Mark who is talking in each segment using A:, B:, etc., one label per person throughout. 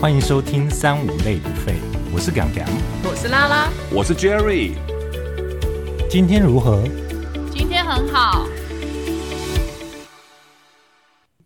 A: 欢迎收听三五类不废，我是 Gang Gang。
B: 我是拉拉，
C: 我是 Jerry，
A: 今天如何？
B: 今天很好。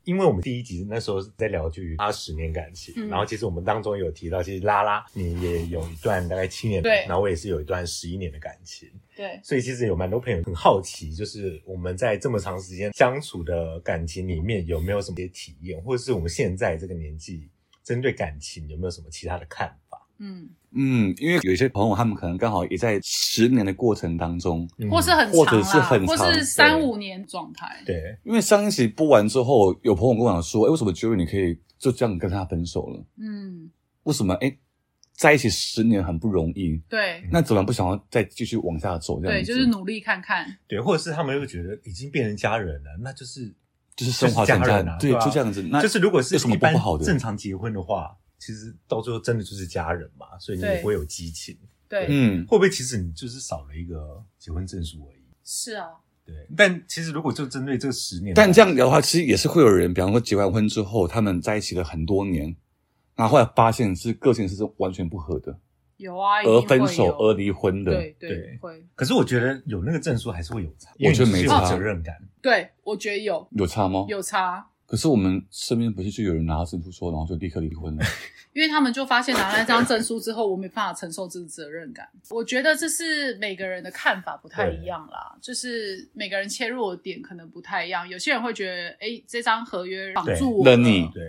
A: 因为我们第一集那时候是在聊就他十年感情，
B: 嗯
A: 然后其实我们当中有提到，其实拉拉你也有一段大概七年，
B: 对
A: 然后我也是有一段十一年的感情，
B: 对，
A: 所以其实有蛮多朋友很好奇，就是我们在这么长时间相处的感情里面有没有什么体验，或者是我们现在这个年纪针对感情有没有什么其他的看法，
B: 嗯，
C: 嗯，因为有一些朋友他们可能刚好也在十年的过程当中，
A: 嗯
B: 或是很
C: 或
B: 长
C: 者
B: 啦
C: 是很
B: 或
C: 长
B: 是三五年状态。
A: 对，
C: 因为上一集播完之后，有朋友跟我讲说，哎，为什么 Jerry 你可以就这样跟他分手了？
B: 嗯，
C: 为什么？哎，在一起十年很不容易，
A: 嗯
B: 对
C: 那怎么不想要再继续往下走？这样
B: 对，
C: 子
B: 就是努力看看。
A: 对，或者是他们又觉得已经变成家人了，那就是
C: 就是升华成
A: 就是
C: 家
A: 人啊，
C: 对，
A: 啊
C: 就这样子。那
A: 就是如果是
C: 有什么
A: 一
C: 不
A: 般
C: 好的？
A: 正常结婚的话，其实到最后真的就是家人嘛，所以你也
B: 对
A: 不会有激情。
B: 对，
C: 嗯，
A: 会不会其实你就是少了一个结婚证书而已？
B: 是啊，
A: 对，但其实如果就针对这十年，
C: 但这样聊的话，其实也是会有人，比方说结完婚之后，他们在一起了很多年，然后后来发现是个性是完全不合的，
B: 有啊，一定
C: 而
B: 会
C: 分手
B: 有
C: 而离婚的。
B: 对对
A: 对
B: 会，
A: 可是我觉得有那个证书还是会有差，因
C: 我
A: 为
C: 觉得
A: 你是
C: 没
A: 有
C: 差
A: 责任感。
B: 对我觉得有
C: 有差吗？。
B: 有差，
C: 可是我们身边不是就有人拿到证书说，然后就立刻离婚 了？
B: 因为他们就发现拿了那张证书之后，我没办法承受这个责任感。我觉得这是每个人的看法不太一样啦，就是每个人切入的点可能不太一样。有些人会觉得，哎，这张合约绑住我
C: 对那你
A: 对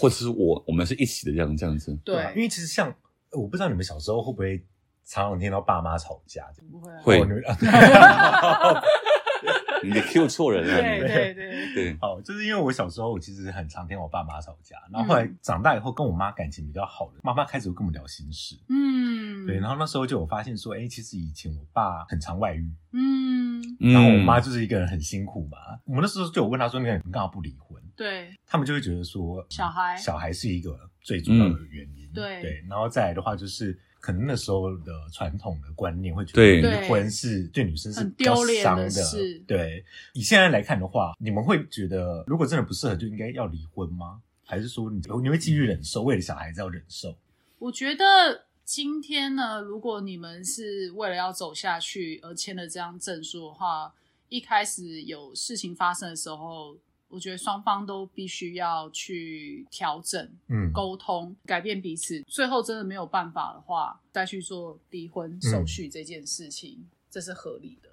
C: 或者是我我们是一起的这样这样子？
A: 啊因
B: 对，
A: 为其实像呃我不知道你们小时候会不会常常听到爸妈吵架，
B: 不会啊，
C: 会
A: 哦你们啊
C: 你给 Q 错人了。
B: 对
C: 你
B: 对对，
C: 对，
A: 哦，就是因为我小时候我其实很常听我爸妈吵架，然后后来
B: 嗯
A: 长大以后跟我妈感情比较好了，妈妈开始会跟我们聊心事。
B: 嗯，
A: 对，然后那时候就有发现说，哎、其实以前我爸很常外遇，
B: 嗯，
A: 然
C: 然
A: 后我妈就是一个人很辛苦嘛。我们那时候就有问她说，你干嘛不离婚？
B: 对
A: 他们就会觉得说，
B: 小孩嗯
A: 小孩是一个最主要的原因。
B: 对
A: 对，然后再来的话就是。可能那时候的传统的观念会觉
C: 对
A: 得离婚是对女生是
B: 很
A: 比较
B: 丢脸的
A: 伤的
B: 事
A: 对，以现在来看的话，你们会觉得如果真的不适合，就应该要离婚吗？还是说你你会继续忍受，为了小孩子要忍受？
B: 我觉得今天呢，如果你们是为了要走下去而签了这张证书的话，一开始有事情发生的时候，我觉得双方都必须要去调整、
A: 嗯，
B: 沟通、改变彼此。最后真的没有办法的话，再去做离婚
A: 嗯
B: 手续这件事情，这是合理的。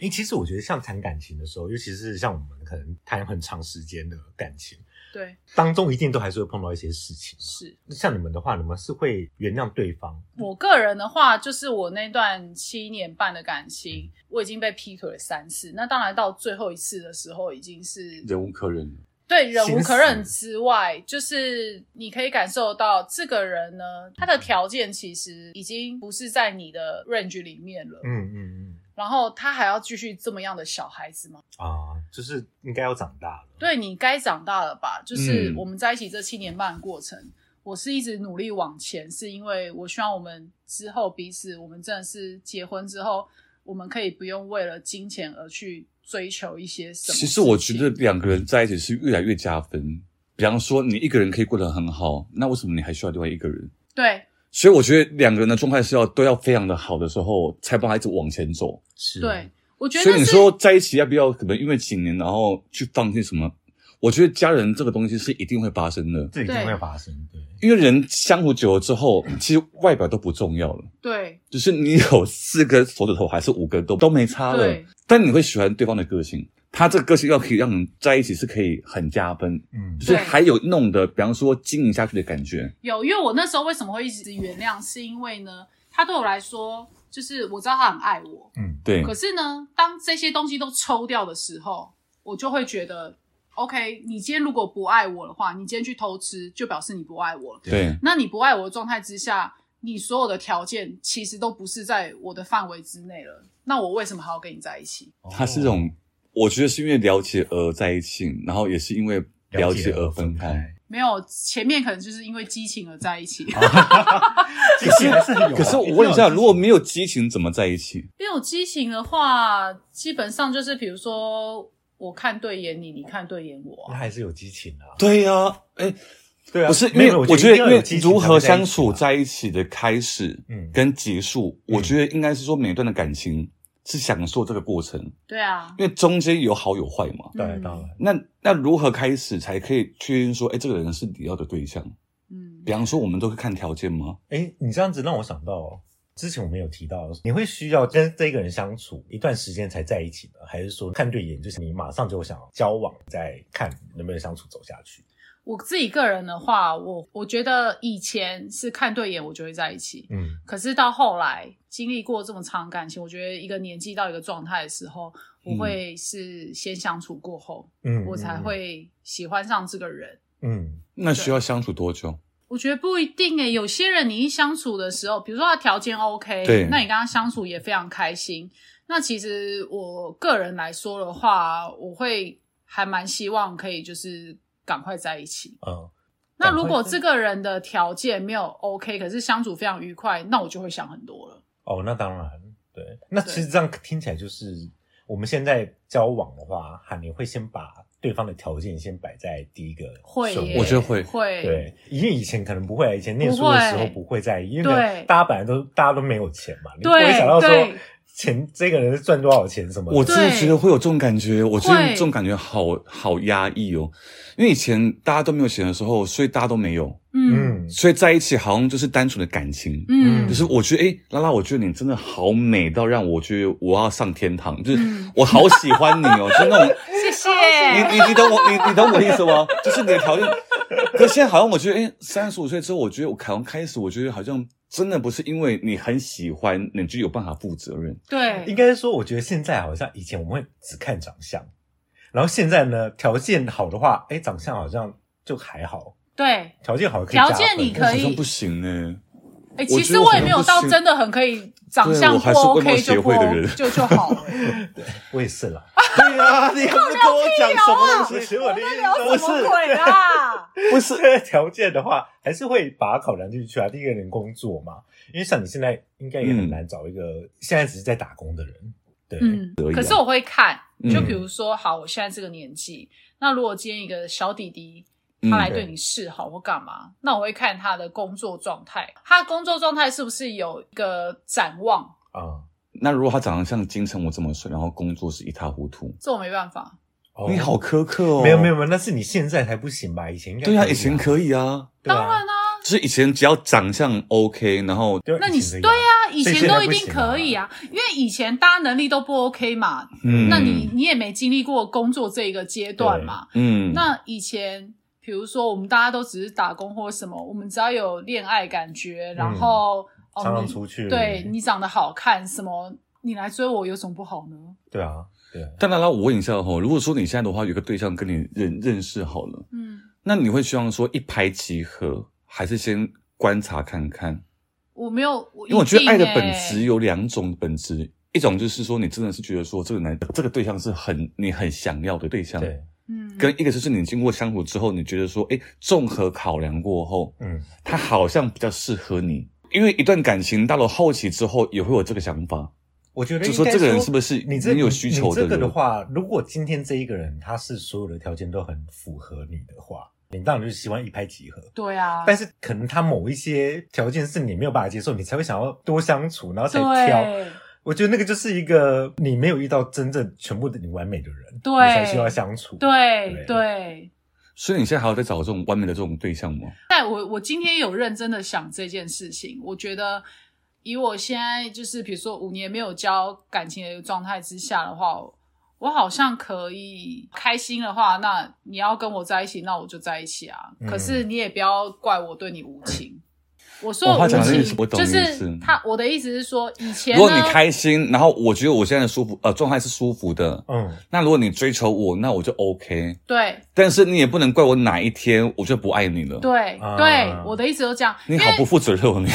A: 哎、其实我觉得像谈感情的时候，尤其是像我们可能谈很长时间的感情，
B: 对，
A: 当中一定都还是会碰到一些事情。
B: 是。
A: 那像你们的话，你们是会原谅对方，
B: 我个人的话，就是我那段七年半的感情，我已经被劈腿了三次。那当然，到最后一次的时候，已经是
C: 忍无可忍了。
B: 对忍无可忍
A: 心
B: 之外，就是你可以感受到这个人呢，他的条件其实已经不是在你的 range 里面了。
A: 嗯嗯嗯，
B: 然后他还要继续这么样的小孩子吗？
A: 啊，就是应该要长大了。，
B: 对你该长大了吧？就是
C: 嗯
B: 我们在一起这七年半的过程，我是一直努力往前，是因为我希望我们之后彼此，我们真的是结婚之后，我们可以不用为了金钱而去追求一些什么。
C: 其实我觉得，两个人在一起是越来越加分。比方说，你一个人可以过得很好，那为什么你还需要另外一个人？
B: 对
C: 所以我觉得两个人的状态是要都要非常的好的时候，才帮他一直往前走。
A: 是，
B: 对，，我觉得
C: 嗯所以你
B: 是
C: 说在一起要不要可能因为几年然后去放弃什么？我觉得家人这个东西是一定会发生的，
A: 这一定
B: 对
A: 会发生。对，
C: 因为人相处久了之后，其实外表都不重要了，
B: 对
C: 就是你有四个手指头还是五个都都没差了
B: 对。
C: 但你会喜欢对方的个性，他这个个性要可以让你在一起是可以很加分，
A: 嗯，
C: 就是
B: 对
C: 还有弄的，比方说经营下去的感觉。
B: 有，因为我那时候为什么会一直原谅，是因为呢，他对我来说，就是我知道他很爱我，
A: 嗯，
C: 对，
B: 可是呢，当这些东西都抽掉的时候，我就会觉得，OK，你今天如果不爱我的话，你今天去偷吃，就表示你不爱我了。
C: 对，
B: 那你不爱我的状态之下，你所有的条件其实都不是在我的范围之内了。那我为什么还要跟你在一起？
A: 嗯哦
C: 他是这种，我觉得是因为了解而在一起，然后也是因为了解而分开。。
B: 没有，前面可能就是因为激情而在一起，
A: 可是还是很有。
C: 可是我问
A: 定要
C: 一下，
A: 有
C: 如果没有激情，怎么在一起？
B: 没有激情的话，基本上就是比如说我看对眼你，你看对眼我
A: 嗯
B: 啊、
A: 那还是有激情啊。
C: 对呀、哎，
A: 对啊，
C: 不是因
A: 没
C: 为
A: 有，
C: 我觉得，因为
A: 啊
C: 如何相处
A: 在
C: 在一起的开始，
A: 嗯
C: 跟结束，
A: 嗯
C: 我觉得应该是说每一段的感情是享受这个过程，
B: 对啊，
C: 因为中间有好有坏嘛。
A: 对，
B: 嗯
A: 当然，
C: 那那如何开始才可以确定说，哎，这个人是你要的对象？
B: 嗯
C: 比，方说，我们都会看条件吗？
A: 哎，你这样子让我想到，哦之前我们有提到，你会需要跟这个人相处一段时间才在一起呢，还是说看对眼就是你马上就想交往，再看能不能相处走下去？
B: 我自己个人的话，我我觉得以前是看对眼我就会在一起，
A: 嗯，
B: 可是到后来经历过这么长的感情，我觉得一个年纪到一个状态的时候，我会是先相处过后，
A: 嗯
B: 我才会喜欢上这个人。
A: 嗯
C: 那需要相处多久？
B: 我觉得不一定诶、欸有些人你一相处的时候，比如说他条件 OK，
C: 对
B: 那你跟他相处也非常开心。那其实我个人来说的话，我会还蛮希望可以就是赶快在一起。
A: 嗯
B: 那
A: 赶快
B: 如果
A: 在
B: 这个人的条件没有 OK，可是相处非常愉快，那我就会想很多了。
A: 哦，那当然，对。那其实这样听起来就是，我们现在交往的话，喊你会先把对方的条件先摆在第一个
B: 会
A: 顺
B: 耶，
A: 位
C: 我觉得会
B: 会，
A: 对，因为以前可能不会，以前念书的时候不会在意，因为
B: 对
A: 大家本来都大家都没有钱嘛，你不会想到
B: 对
A: 说
B: 对
A: 钱这个人是赚多少钱什么的。
C: 我真的觉得会有这种感觉，我觉得
B: 会
C: 这种感觉好好压抑哦。因为以前大家都没有钱的时候，所以大家都没有，
B: 嗯
A: 嗯
C: 所以在一起好像就是单纯的感情。
B: 嗯，
A: 嗯
C: 就是我觉得，诶，哎拉拉，我觉得你真的好美到让我觉得我要上天堂，就是
B: 嗯
C: 我好喜欢 你哦，就是那种
B: 谢谢。
C: 你你你懂我你你懂我的意 思吗？就是你的条件，可是现在好像我觉得，诶，哎三十五岁之后，我觉得我好像开始，我觉得好像真的不是因为你很喜欢，你就有办法负责任。
A: 应
B: 对，
A: 该说，我觉得现在好像以前我们会只看长相，然后现在呢，条件好的话，哎，长相好像就还好，
B: 对，
A: 条件好可以
B: 条
A: 加
B: 件
A: 分
B: 你可
C: 好
B: 以
C: 像不行呢、
B: 哎，
C: 觉得
B: 其实
C: 我
B: 也没有到真的很可以，长相
C: 我
B: 不
C: 还是外貌
B: OK
C: 协
B: 就不
C: 会的人
B: OK 就就 好了。
A: 我也是啦。
C: 对啊，你还不跟我讲什么东
A: 其
C: 西？
A: 实我的意
B: 聊
A: 思
B: 什么鬼啊？
A: 不是 条件的话，还是会把它考量进去啊。第一个人工作嘛，因为像你现在应该也
C: 嗯
A: 很难找一个、现在只是在打工的人，对，
B: 嗯，可是我会看，
C: 啊嗯
B: 就比如说，好，我现在这个年纪，那如果今天一个小弟弟。
C: 嗯
B: 他来对你示好或干嘛？那我会看他的工作状态，他的工作状态是不是有一个展望？
A: 啊、
C: 那如果他长得像金城武这么帅，然后工作是一塌糊涂，
B: 这我没办法。
A: 哦
C: 你好、苛刻哦。
A: 没有没有没有，那是你现在还不行吧？以前应该
C: 对啊，
A: 以
C: 以前可以啊，
A: 对啊
B: 当然啦、
C: 就是以前只要长相 OK，然后
A: 对啊
B: 那你
A: 以前可
B: 对
A: 以
B: 啊，以
A: 所以
B: 前
A: 现在
B: 都一
A: 不
B: 定
A: 行
B: 可以啊，因为以前大家能力都不 OK 嘛，
C: 嗯，
B: 那你你也没经历过工作这一个阶段嘛。
C: 嗯，
B: 那以前，比如说我们大家都只是打工或什么，我们只要有恋爱感觉，然后、哦，
A: 常常
B: 你
A: 出去，嗯
B: 对你长得好看，什么你来追我有什么不好呢？
A: 对啊，对啊，
C: 但拉拉，我问一下哈、如果说你现在的话有个对象跟你认认识好了，
B: 嗯，
C: 那你会希望说一拍即合，还是先观察看看？
B: 我没有，
C: 因为我觉得
B: 一定
C: 爱的
B: 欸
C: 本质有两种本质，一种就是说你真的是觉得说这个男这个对象是很你很想要的对象，
A: 对，
B: 嗯，
C: 跟一个就是你经过相处之后，你觉得说，哎，综合考量过后，
A: 嗯，
C: 他好像比较适合你。因为一段感情到了后期之后，也会有这个想法。
A: 我觉得
C: 就
A: 应该
C: 说这个人是不是
A: 你这
C: 你有需求
A: 你
C: 的
A: 这
C: 人
A: 个的话，如果今天这一个人他是所有的条件都很符合你的话，你当然就是希望一拍即合。
B: 对啊，
A: 但是可能他某一些条件是你没有办法接受，你才会想要多相处，然后才挑。
B: 对
A: 我觉得那个就是一个你没有遇到真正全部的你完美的人，
B: 对
A: 你才需要相处。
B: 对
A: 对
B: 对。
C: 所以你现在还有在找这种完美的这种对象吗？
B: 但我我今天有认真的想这件事情，我觉得以我现在就是比如说五年没有交感情的一个状态之下的话，我好像可以开心的话，那你要跟我在一起，那我就在一起啊。
A: 嗯
B: 可是你也不要怪我对你无情。我说的
C: 哦他
B: 无
C: 讲的意
B: 情
C: 思，我懂
B: 就
C: 你意思
B: 是他我的意思是说，以前
C: 如果你
B: 呢，
C: 开心，然后我觉得我现在的舒服，呃，状态是舒服的，
A: 嗯，
C: 那如果你追求我，那我就 OK。
B: 对
C: 但是你也不能怪我哪一天我就不爱你了。，
B: 对、
A: 啊
B: 对，我的意思就这样，
C: 你好不负责任哦，你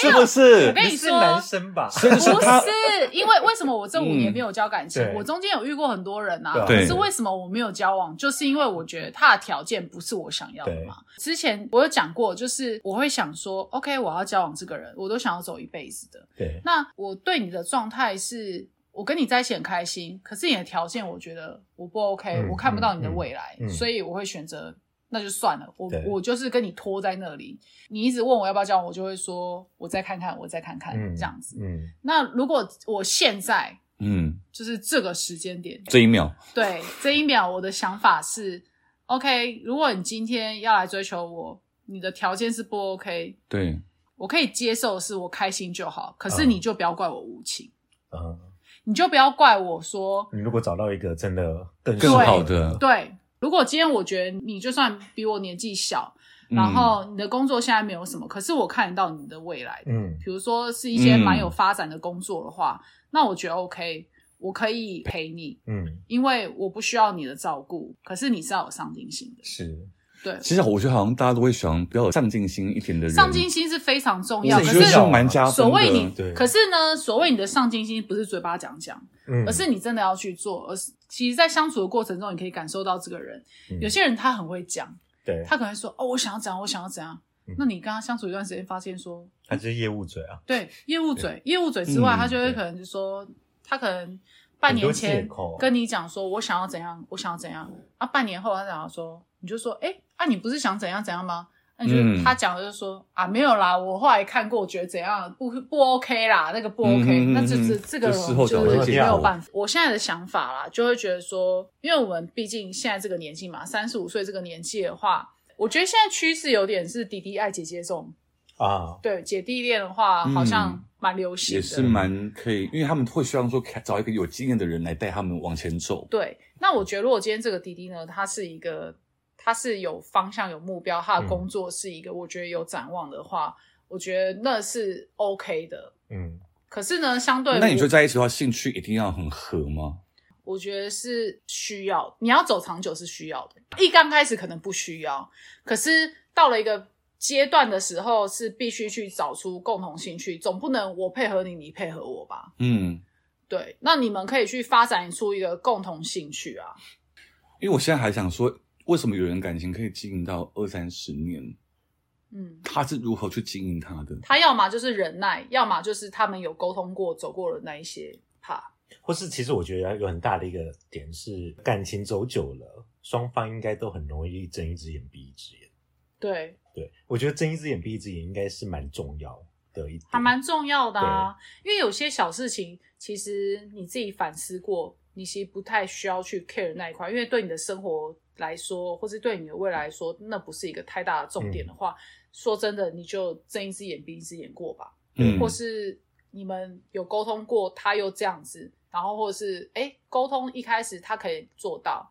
C: 是不
B: 我
C: 是？
B: 跟你
A: 是
B: 说
A: 男生吧？
C: 所以就是
B: 不
C: 他，
B: 是，因为为什么我这五年没有交感情？
A: 嗯对
B: 我中间有遇过很多人啊，
A: 对
B: 可是为什么我没有交往？就是因为我觉得他的条件不是我想要的嘛。之前我有讲过，就是我会想说，OK，我要交往这个人，我都想要走一辈子的。
A: 对，
B: 那我对你的状态是。我跟你在一起很开心，可是你的条件我觉得我不 OK，、
A: 嗯
B: 我看不到你的未来，
A: 嗯嗯
B: 所以我会选择那就算了，我
A: 对
B: 我就是跟你拖在那里。你一直问我要不要交往，我就会说我再看看，我再看看、
A: 嗯
B: 这样子。
A: 嗯，
B: 那如果我现在
C: 嗯，
B: 就是这个时间点，
C: 这一秒，
B: 对这一秒我的想法是，OK，如果你今天要来追求我，你的条件是不 OK，
C: 对，
B: 我可以接受的是我开心就好，可是
A: 嗯
B: 你就不要怪我无情，
A: 啊，
B: 你就不要怪我说
A: 你如果找到一个真的更
C: 更
A: 适合
C: 好的，
B: 对。如果今天我觉得你就算比我年纪小，
C: 嗯
B: 然后你的工作现在没有什么，可是我看得到你的未来，
A: 嗯
B: 比如说是一些蛮
C: 嗯
B: 有发展的工作的话，那我觉得 OK，我可以陪你，
A: 嗯，
B: 因为我不需要你的照顾，可是你是要有上进心的。
A: 是，
B: 对，
C: 其实我觉得好像大家都会喜欢比较有上进心一点的人，
B: 上进心是非常重
C: 我
B: 要，
A: 要
B: 可
C: 觉得
A: 可
C: 是
A: 是
C: 蛮加分的。
B: 所谓你
A: 对，
B: 可是呢，所谓你的上进心不是嘴巴讲讲，
A: 嗯，
B: 而是你真的要去做，而是其实，在相处的过程中，你可以感受到这个人，
A: 嗯
B: 有些人他很会讲，
A: 对，
B: 他可能会说哦，我想要怎样，我想要怎样
A: 嗯。
B: 那你跟他相处一段时间，发现说
A: 他就是业务嘴啊，
B: 对业务嘴，业务嘴之外，
C: 嗯
B: 他就会
A: 对
B: 可能就说，他可能半
A: 很多
B: 年
A: 借
B: 前
A: 口
B: 跟你讲说，我想要怎样，我想要怎样，啊，半年后他讲说，你就说，哎、啊，你不是想怎样怎样吗？那你就、
C: 嗯
B: 他讲的就是说啊，没有啦，我后来看过，我觉得怎样不不 OK 啦，那个不
C: 嗯
B: OK，、
C: 嗯嗯
B: 那这这
C: 嗯
B: 这个
C: 就事后
B: 就
A: 找一
B: 是
A: 些
B: 没
A: 借口
B: 有办法。我现在的想法啦，就会觉得说，因为我们毕竟现在这个年纪嘛，三十五岁这个年纪的话，我觉得现在趋势有点是弟弟爱姐姐这种
A: 啊，
B: 对姐弟恋的话，
C: 嗯
B: 好像蛮流行的。
C: 也是蛮可以，因为他们会希望说找一个有经验的人来带他们往前走。
B: 对，那我觉得如果今天这个弟弟呢，他是一个，他是有方向、有目标，
C: 嗯
B: 他的工作是一个我觉得有展望的话，我觉得那是 OK 的。
A: 嗯，
B: 可是呢，相对
C: 那你
B: 我
C: 觉得在一起的话，兴趣一定要很合吗？
B: 我觉得是需要，你要走长久是需要的。一刚开始可能不需要，可是到了一个阶段的时候，是必须去找出共同兴趣，总不能我配合你，你配合我吧？
C: 嗯，
B: 对，那你们可以去发展出一个共同兴趣啊。
C: 因为我现在还想说，为什么有人感情可以经营到二三十年？
B: 嗯，
C: 他是如何去经营他的？
B: 他要么就是忍耐，要么就是他们有沟通过、走过的那一些怕。
A: 或是其实我觉得有很大的一个点是，感情走久了，双方应该都很容易睁一只眼闭一只眼。
B: 对，
A: 对，我觉得睁一只眼闭一只眼应该是蛮重要的一点，
B: 还蛮重要的啊。因为有些小事情，其实你自己反思过，你其实不太需要去 care 那一块，因为对你的生活来说，或是对你的未来来说，那不是一个太大的重点的话，说真的，你就睁一只眼闭一只眼过吧。
C: 嗯，
B: 或是你们有沟通过，他又这样子，然后或者是哎沟通一开始他可以做到，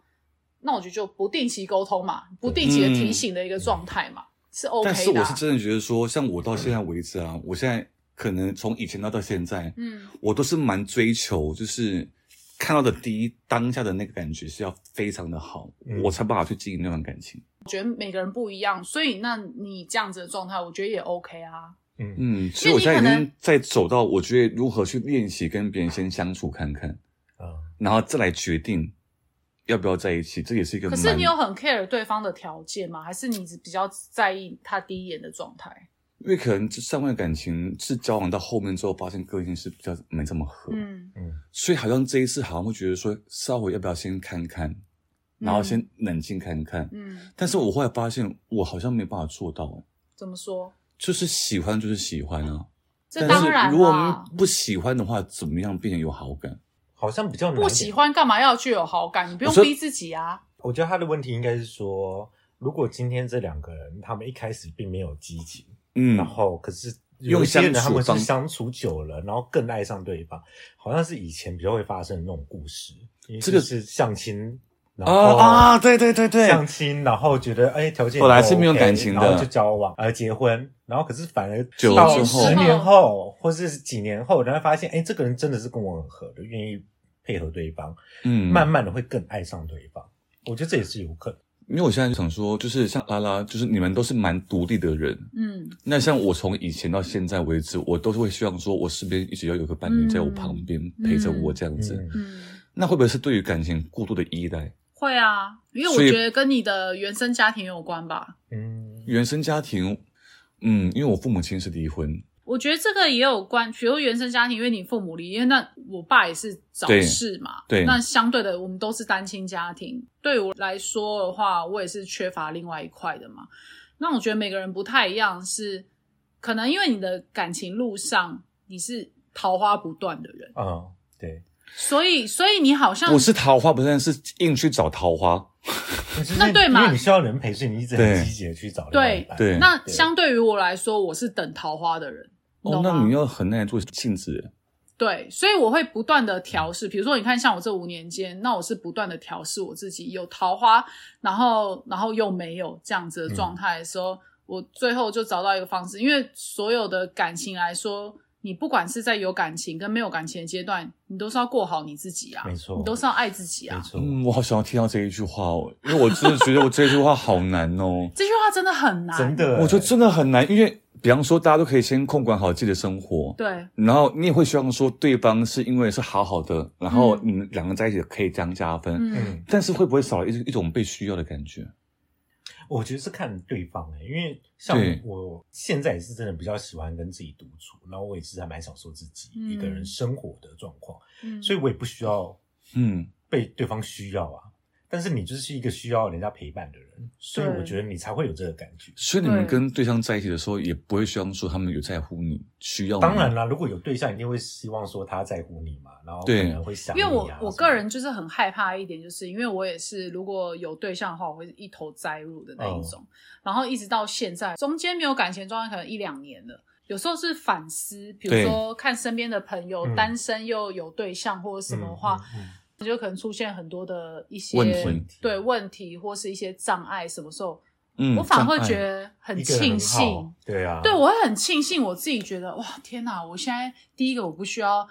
B: 那我觉得就不定期沟通嘛，不定期的提醒的一个状态嘛，是 OK 的啊、
C: 嗯但是我是真的觉得说，像我到现在为止啊，我现在可能从以前到到现在，
B: 嗯
C: 我都是蛮追求，就是看到的第一当下的那个感觉是要非常的好，
A: 嗯
C: 我才办法去经营那段感情。
B: 每个人不一样，所以那你这样子的状态，我觉得也 OK 啊。
A: 嗯
C: 嗯，所以我现在已
B: 因为你可
C: 经
B: 能
C: 在走到，我觉得如何去练习跟别人先相处看看，
A: 啊，
C: 然后再来决定要不要在一起，这也是一个
B: 可
C: 蛮。
B: 是你有很 care 对方的条件吗？还是你只比较在意他第一眼的状态？
C: 因为可能这上段感情是交往到后面之后，发现个性是比较没这么合，
B: 嗯，
C: 所以好像这一次好像会觉得说，稍微要不要先看看，然后先冷静看看。
B: 嗯，
C: 但是我后来发现，我好像没办法做到，
B: 怎么说？
C: 就是喜欢就是喜欢啊，
B: 这
C: 但
B: 当然
C: 是如果我
B: 啦
C: 们，不喜欢的话，怎么样变得有好感？
A: 好像比较难一点。
B: 不喜欢干嘛要去有好感？你不用
C: 我说
B: 逼自己啊。
A: 我觉得他的问题应该是说，如果今天这两个人他们一开始并没有激情，
C: 嗯
A: 然后可是有
C: 用
A: 一些人
C: 相处
A: 他们
C: 方
A: 是相处久了，然后更爱上对方，好像是以前比较会发生的那种故事。因为
C: 这个
A: 就是相亲，然后
C: 啊啊，对对对对，
A: 相亲，然后觉得哎条件
C: 后来
A: 也
C: 是没有
A: OK，
C: 感情的
A: 然后就交往，呃结婚，然后可是反而
C: 久了
A: 到
C: 之后
A: 十年后或是几年后，然后发现哎这个人真的是跟我很合的，愿意配合对方，
C: 嗯，
A: 慢慢的会更爱上对方。我觉得这也是有可能。
C: 因为我现在就想说，就是像拉拉，就是你们都是蛮独立的人。
B: 嗯，
C: 那像我从以前到现在为止，我都是会希望说，我身边一直要有个伴侣在我旁边陪着我这样子。
A: 嗯
B: 嗯，
C: 那会不会是对于感情过度的依赖？
B: 会啊，因为我
C: 所以
B: 觉得跟你的原生家庭有关吧。
A: 嗯
C: 原生家庭，嗯，因为我父母亲是离婚，
B: 我觉得这个也有关，比如原生家庭，因为你父母离，因为那我爸也是早逝嘛，
C: 对对
B: 那相对的，我们都是单亲家庭。对我来说的话，我也是缺乏另外一块的嘛。那我觉得每个人不太一样是，可能因为你的感情路上你是桃花不断的人，
A: 嗯，对，
B: 所以所以你好像
C: 不是桃花，不是是硬去找桃花，
A: 就是
B: 那对嘛
A: 因为你需要人陪，所以你一直很
C: 对
A: 积极的去找另外一
B: 对
A: 半。
C: 对
B: 那相对于我来说，我是等桃花的人，你
C: 哦
B: 懂，啊
C: 那
B: 吗
C: 你？要很耐做性子，
B: 对，所以我会不断的调试。比如说，你看，像我这五年间，那我是不断的调试我自己，有桃花，然后然后又没有这样子
A: 嗯
B: 的状态的时候，我最后就找到一个方式。因为所有的感情来说，你不管是在有感情跟没有感情的阶段，你都是要过好你自己啊，
A: 没错
B: 你都是要爱自己
A: 没
B: 啊。，
A: 错，
C: 嗯，我好想要听到这一句话哦，因为我真的觉得我这句话好难哦
B: 这句话真的很难，
A: 真的，
C: 我觉得真的很难，因为比方说大家都可以先控管好自己的生活，
B: 对
C: 然后你也会希望说对方是因为是好好的，然后你们两个在一起可以这样加分，
B: 嗯，
A: 嗯，
C: 但是会不会少了一一种被需要的感觉？
A: 我觉得是看对方哎、因为像
C: 对
A: 我现在也是真的比较喜欢跟自己独处，然后我也是还蛮享受自己
B: 嗯
A: 一个人生活的状况，
B: 嗯
A: 所以我也不需要
C: 嗯，
A: 被对方需要啊。但是你就是一个需要人家陪伴的人，所以我觉得你才会有这个感觉。
C: 所以你们
B: 对
C: 跟对象在一起的时候，也不会希望说他们有在乎你，需要你
A: 当然啦，如果有对象，一定会希望说他在乎你嘛，然后可
C: 对
A: 能会想你
B: 因
A: 啊
B: 为我
A: 什么的
B: 我个人就是很害怕一点，就是因为我也是，如果有对象的话，我会一头栽入的那一种。
A: 哦
B: 然后一直到现在，中间没有感情状态，可能一两年了。有时候是反思，比如
C: 对
B: 说看身边的朋友
A: 嗯
B: 单身又有对象或者什么的话，
A: 嗯嗯嗯
B: 你就可能出现很多的一些
C: 问题
B: 对问题或是一些障碍。什么时候、
C: 嗯，
B: 我反而会
C: 障碍
B: 觉得很
A: 一个人很
B: 庆幸
A: 好，对啊，
B: 对，我会很庆幸我自己觉得哇，天哪！我现在第一个我不需要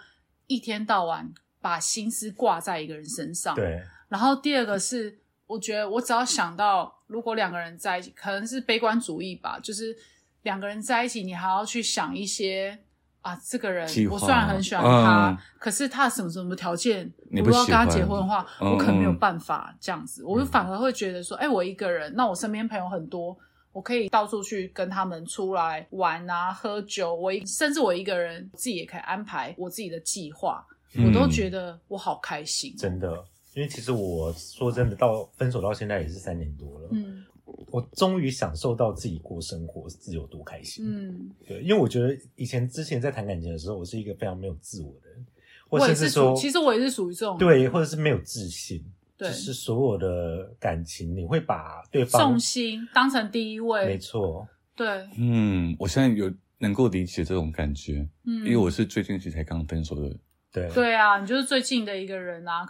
B: 一天到晚把心思挂在一个人身
C: 嗯
B: 上，。
A: 对，
B: 然后第二个是，我觉得我只要想到，如果两个人在一起，可能是悲观主义吧，就是两个人在一起，你还要去想一些。啊，这个人
C: 计划
B: 我虽然很喜欢他，
C: 嗯
B: 可是他什么什么条件，
C: 你
B: 我
C: 不
B: 如果要跟他
C: 喜欢
B: 结婚的话，
C: 嗯
B: 我可能没有
C: 嗯
B: 办法这样子，我就反而会觉得说，哎、我一个人，那我身边朋友很多，我可以到处去跟他们出来玩啊，喝酒，我一甚至我一个人自己也可以安排我自己的计划，我都
C: 嗯
B: 觉得我好开心。
A: 真的，因为其实我说真的，到分手到现在也是三年多了，
B: 嗯，
A: 我终于享受到自己过生活自由多开心。
B: 嗯，
A: 对，因为我觉得以前之前在谈感情的时候，我是一个非常没有自我的人，或
B: 我也
A: 甚
B: 是
A: 至
B: 属，
A: 说，
B: 其实我也是属于这种
A: 对，或者是没有自信，
B: 对
A: 就是所有的感情，你会把对方
B: 重，心当成第一
A: 没
B: 位，
A: 错，
B: 对，
C: 嗯，我现在有能够理解这种感觉，
B: 嗯，
C: 因为我是最近其实才刚分手的，
A: 对，
B: 对啊，你就是最近的一个人啊。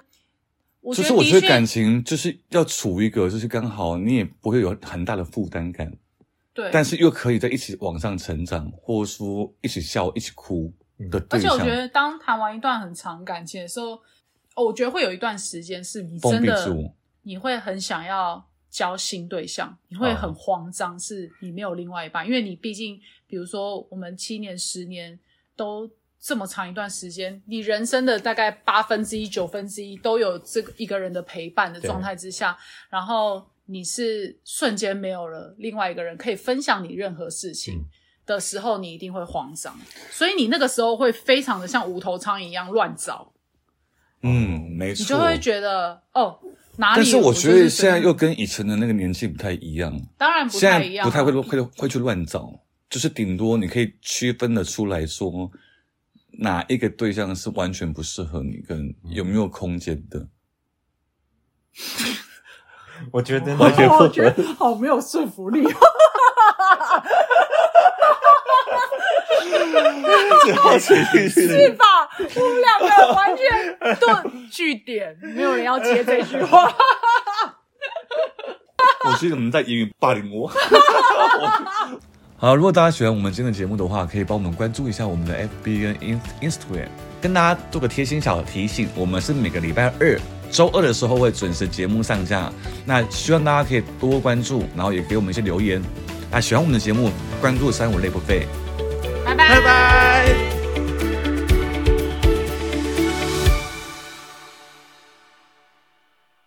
B: 我
C: 就
B: 觉
C: 是
B: 得
C: 我
B: 的
C: 觉
B: 确
C: 得感情就是要处一个，就是刚好你也不会有很大的负担感，
B: 对，
C: 但是又可以在一起往上成长，或者说一起笑、一起哭的
B: 而
C: 对
B: 且我
C: 象
B: 觉，得当谈完一段很长感情的时候，哦我觉得会有一段时间是你
C: 封
B: 真
C: 闭
B: 的
C: 住，
B: 你会很想要交新对象，你会
C: 嗯
B: 很慌张，是你没有另外一半，因为你毕竟，比如说我们七年、十年都这么长一段时间，你人生的大概八分之一、九分之一都有这个一个人的陪伴的状态之下，然后你是瞬间没有了另外一个人可以分享你任何事情。
A: 嗯
B: 的时候，你一定会慌张，所以你那个时候会非常的像无头苍蝇一样乱找，
C: 嗯，没错，
B: 你就会觉得哦，哪里？
C: 但是我
B: 就
C: 觉
B: 是随
C: 得现
B: 便
C: 在又跟以前的那个年纪不太一样，
B: 当然不
C: 现
B: 太一样啊，
C: 在不太会会会去乱找，就是顶多你可以区分的出来说哪一个对象是完全不适合你，跟有没有空间 的。
A: 我觉得
B: 哦 我
A: 完全不
B: 觉得好没有说服力。
A: 最后情绪
B: 是
A: 是，
B: 吧？我们两个完全顿据点，没有人要接这句 话。
C: 我觉得你们在言语霸凌我。好，如果大家喜欢我们今天的节目的话，可以帮我们关注一下我们的 FB 跟 In- Instagram，跟大家做个贴心小提醒，我们是每个礼拜二、周二的时候会准时节目上架，那希望大家可以多关注，然后也给我们一些留言。那喜欢我们的节目，关注三五类不费，